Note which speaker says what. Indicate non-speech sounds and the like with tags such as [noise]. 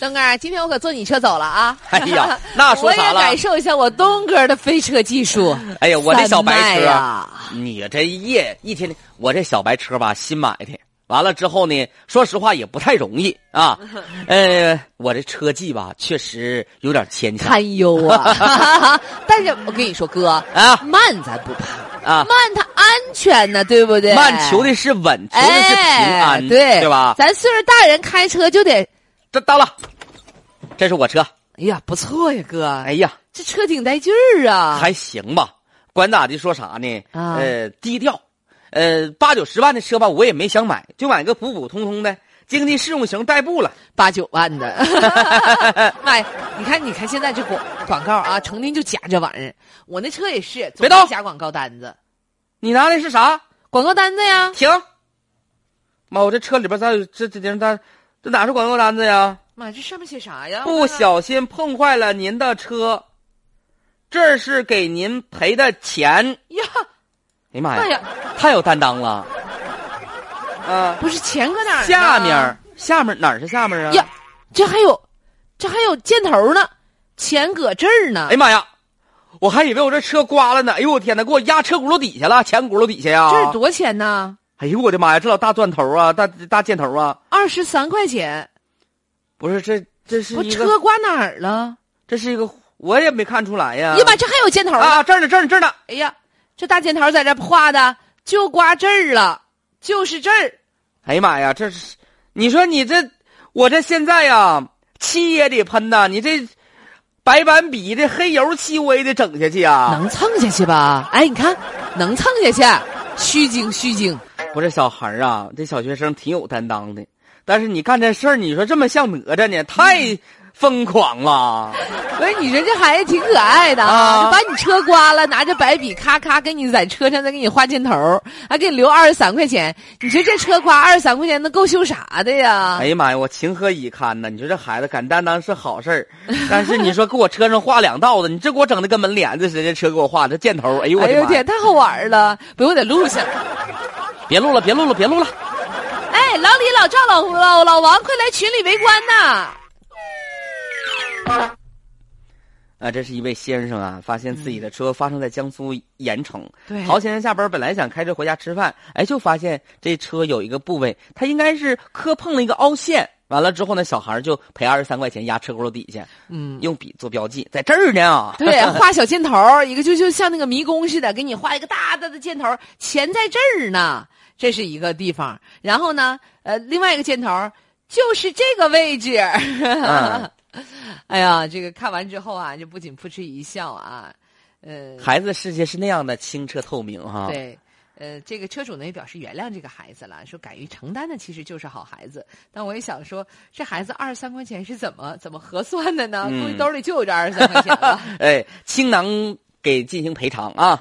Speaker 1: 东哥，今天我可坐你车走了啊！
Speaker 2: [laughs] 哎呀，那说
Speaker 1: [laughs]
Speaker 2: 啥
Speaker 1: 我也
Speaker 2: 了
Speaker 1: 感？受一下我东哥的飞车技术。
Speaker 2: 哎呀，我这小白
Speaker 1: 贩卖
Speaker 2: 车，
Speaker 1: 呀
Speaker 2: 你这一夜一天天，我这小白车吧，新买的，完了之后呢，说实话也不太容易
Speaker 1: [laughs]
Speaker 2: 啊。呃，我这车技吧，确实有点牵强
Speaker 1: 堪忧
Speaker 2: [laughs]
Speaker 1: 啊！但是我跟你说，哥，
Speaker 2: 啊
Speaker 1: 慢咱不怕，
Speaker 2: 啊。
Speaker 1: 慢它安全呢，对不对？
Speaker 2: 慢求的是稳，求的是平安，
Speaker 1: 哎、对
Speaker 2: 对吧？
Speaker 1: 咱岁数大人开车就得，
Speaker 2: 这到了，这是我车。
Speaker 1: 哎呀，不错呀，哥，
Speaker 2: 哎呀，
Speaker 1: 这车挺带劲儿啊！
Speaker 2: 还行吧，管咋的说啥呢？
Speaker 1: 啊
Speaker 2: 呃，低调，呃，八九十万的车吧，我也没想买，就买个普普通通的经济适用型代步了。
Speaker 1: 八九万
Speaker 2: [laughs]
Speaker 1: 的，妈呀！你看，你看现在这广广告啊，成天就夹这玩意儿。我那车也是，总
Speaker 2: 别动
Speaker 1: 夹广告单子，
Speaker 2: 你拿的是啥？
Speaker 1: 广告单子呀，
Speaker 2: 停！妈，我这车里边咋有这这这这这哪是广告单子呀？
Speaker 1: 妈，这上面写啥呀？
Speaker 2: 不小心碰坏了您的车，这是给您赔的钱。
Speaker 1: 呀，
Speaker 2: 哎呀妈
Speaker 1: 妈
Speaker 2: 呀，
Speaker 1: 呀，
Speaker 2: 太有担当了！啊，
Speaker 1: 不是钱搁哪儿呢？哎
Speaker 2: 下面儿下面儿哪儿是下面儿啊？
Speaker 1: 呀，这还有，这还有箭头呢，钱搁这儿呢。
Speaker 2: 哎呀妈呀！我还以为我这车刮了呢，哎呦我天哪，给我压车轱辘底下了，前轱辘底下呀！
Speaker 1: 这是多钱呢？
Speaker 2: 哎呦我的妈呀，这老大钻头啊，大大箭头啊！
Speaker 1: 二十三块钱，
Speaker 2: 不是这这是
Speaker 1: 不
Speaker 2: 一个啊
Speaker 1: 车刮哪儿了？哎
Speaker 2: 这是一个，我也没看出来呀。
Speaker 1: 呀妈，这还有箭头呢！
Speaker 2: 啊，这儿呢这儿呢这儿呢，
Speaker 1: 哎呀，这大箭头在这画的就刮这儿了，就是这儿。
Speaker 2: 哎呀妈呀，这是你说你这我这现在呀漆也得喷呐，你这白板笔这黑油漆我也得整下去啊！
Speaker 1: 能蹭下去吧？哎，你看，能蹭下去，虚惊虚惊。
Speaker 2: 不是小孩儿啊，这小学生挺有担当的，但是你干这事儿，你说这么像哪吒呢，太疯狂了。
Speaker 1: 不是，你说这孩子挺可爱的
Speaker 2: 啊
Speaker 1: 就把你车刮了，拿着白笔咔咔给你在车上再给你画箭头，还给你留二十三块钱。你说这车刮二十三块钱，那够修啥的呀
Speaker 2: 哎？呀妈呀，我情何以堪呐！你说这孩子敢担当是好事儿，但是你说给我车上画两道子，你这给我整的跟门帘子似的，这车给我画这箭头，哎呦我
Speaker 1: 哎
Speaker 2: 的
Speaker 1: 呦
Speaker 2: 妈呀！
Speaker 1: 天，太好玩了！不用得录
Speaker 2: [laughs]
Speaker 1: 下。
Speaker 2: 别录了，别录了，别录了！
Speaker 1: 哎，老李、老赵、老胡、老老王，快来群里围观
Speaker 2: [laughs]
Speaker 1: 呐！
Speaker 2: 啊，这是一位先生啊，发现自己的车发生在江苏盐城。
Speaker 1: 嗯对
Speaker 2: 陶先生下班本来想开车回家吃饭，哎，就发现这车有一个部位，他应该是磕碰了一个凹陷。完了之后呢，小孩就赔二十三块钱压车轱辘底下，
Speaker 1: 嗯，
Speaker 2: 用笔做标记，在这儿呢啊。
Speaker 1: 对，画小箭头儿，一个就就像那个迷宫似的，给你画一个大大的箭头儿，钱在这儿呢，这是一个地方。然后呢，呃，另外一个箭头儿就是这个位置。
Speaker 2: 嗯
Speaker 1: [laughs] 哎呀，这个看完之后啊，就不仅扑哧一笑啊，呃，
Speaker 2: 孩子的世界是那样的清澈透明哈、啊。
Speaker 1: 对，呃，这个车主呢也表示原谅这个孩子了，说敢于承担的其实就是好孩子。但我也想说，这孩子二十三块钱是怎么怎么核算的呢？估计
Speaker 2: 嗯
Speaker 1: 兜里就有这二十三块钱了。嗯
Speaker 2: 哎，倾囊给进行赔偿啊。